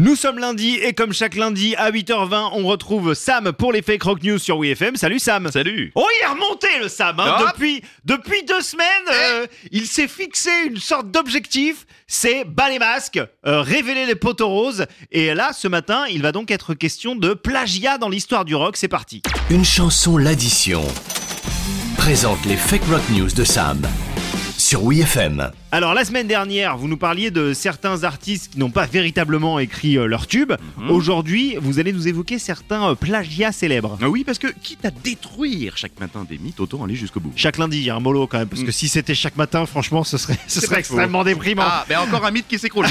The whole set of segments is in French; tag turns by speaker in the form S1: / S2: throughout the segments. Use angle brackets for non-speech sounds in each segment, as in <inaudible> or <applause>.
S1: Nous sommes lundi et comme chaque lundi à 8h20, on retrouve Sam pour les fake rock news sur WFM. Salut Sam.
S2: Salut
S1: Oh, il est remonté le Sam. hein.
S2: Hop.
S1: Depuis, depuis deux semaines, euh, il s'est fixé une sorte d'objectif. C'est bas les masques, euh, révéler les poteaux roses. Et là, ce matin, il va donc être question de plagiat dans l'histoire du rock. C'est parti.
S3: Une chanson l'addition présente les fake rock news de Sam sur WeFM.
S1: Alors la semaine dernière, vous nous parliez de certains artistes qui n'ont pas véritablement écrit euh, leur tube. Aujourd'hui, vous allez nous évoquer certains euh, plagiats célèbres.
S2: Ah Oui, parce que quitte à détruire chaque matin des mythes, autant aller jusqu'au bout.
S1: Chaque lundi, il y a un mollo quand même,
S2: Mm.
S1: parce que si c'était chaque matin, franchement, ce serait, ce serait extrêmement déprimant.
S2: Ah, ben encore un mythe qui s'écroule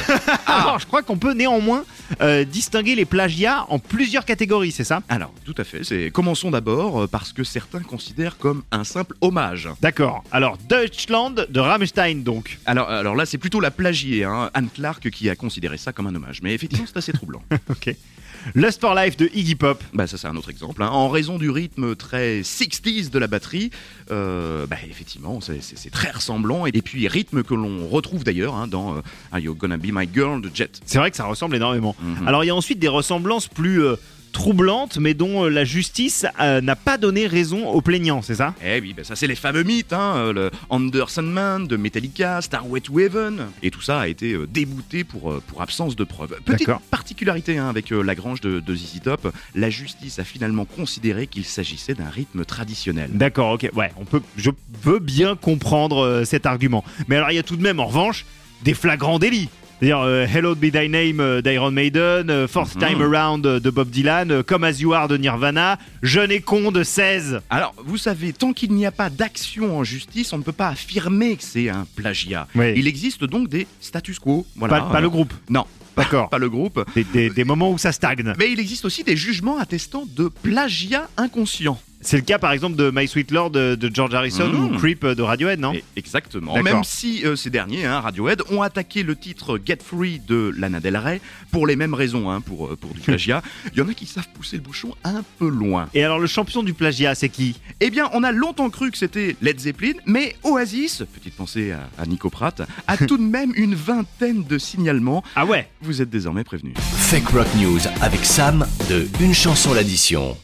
S1: Alors, je crois qu'on peut néanmoins euh, distinguer les plagiats en plusieurs catégories, c'est ça
S2: <laughs> Alors, tout à fait, c'est... Commençons d'abord euh, par ce que certains considèrent comme un simple hommage.
S1: D'accord. Alors, Deutschland de Rammstein, donc.
S2: Alors, euh, alors là, c'est plutôt la plagiée, hein. Anne Clark qui a considéré ça comme un hommage. Mais effectivement, c'est assez <laughs> troublant.
S1: ok. Lust for Life de Iggy Pop.
S2: bah ça, c'est un autre exemple. hein. En raison du rythme très 60s de la batterie, euh, bah effectivement, c'est, c'est- c'est très ressemblant. Et, et puis, rythme que l'on retrouve d'ailleurs hein, dans euh, Are You Gonna Be My Girl de Jet.
S1: C'est vrai que ça ressemble énormément.
S2: Mhm.
S1: Alors, il y a ensuite des ressemblances plus euh, troublantes, mais dont euh, la justice euh, n'a pas donné raison aux plaignants, c'est ça
S2: Eh oui, bah ça c'est les fameux mythes, hein, euh, le Anderson Man de Metallica, Starway to Heaven, et tout ça a été euh, débouté pour, euh, pour absence de preuves. Petite
S1: D'accord.
S2: particularité hein, avec euh, Lagrange de, de ZZ Top, la justice a finalement considéré qu'il s'agissait d'un rythme traditionnel.
S1: D'accord, ok, ouais, on peut, je peux bien comprendre euh, cet argument. Mais alors, il y a tout de même, en revanche, des flagrants délits. C'est-à-dire euh, Hello Be Thy Name euh, d'Iron Maiden, euh, Fourth Time
S2: Mhm.
S1: Around euh, de Bob Dylan, euh, Come As You Are de Nirvana, Jeune et con de 16.
S2: Alors, vous savez, tant qu'il n'y a pas d'action en justice, on ne peut pas affirmer que c'est un plagiat.
S1: Oui.
S2: Il existe donc des status quo. Voilà,
S1: Pas, pas
S2: euh,
S1: le groupe,
S2: Non, <laughs>
S1: d'accord.
S2: pas le groupe.
S1: Des, des- des moments où ça stagne.
S2: Mais il existe aussi des jugements attestant de plagiat inconscient.
S1: C'est le cas par exemple de My Sweet Lord euh, de, George Harrison
S2: Mhm.
S1: ou Creep euh, de Radiohead, non
S2: Et- Exactement.
S1: D'accord.
S2: Même si euh, ces derniers, hein, Radiohead, ont attaqué le titre Get Free de Lana Del Rey pour les mêmes raisons, hein, pour, euh, pour du plagiat, il y en a qui savent pousser le bouchon un peu loin.
S1: Et alors, le champion du plagiat, c'est qui
S2: Eh bien, on a longtemps cru que c'était Led Zeppelin, mais Oasis, petite pensée à, à Nico Pratt, a tout de même une vingtaine de signalements.
S1: Ah ouais
S2: Vous êtes désormais prévenus.
S3: Fake rock news avec Sam de Une chanson l'addition.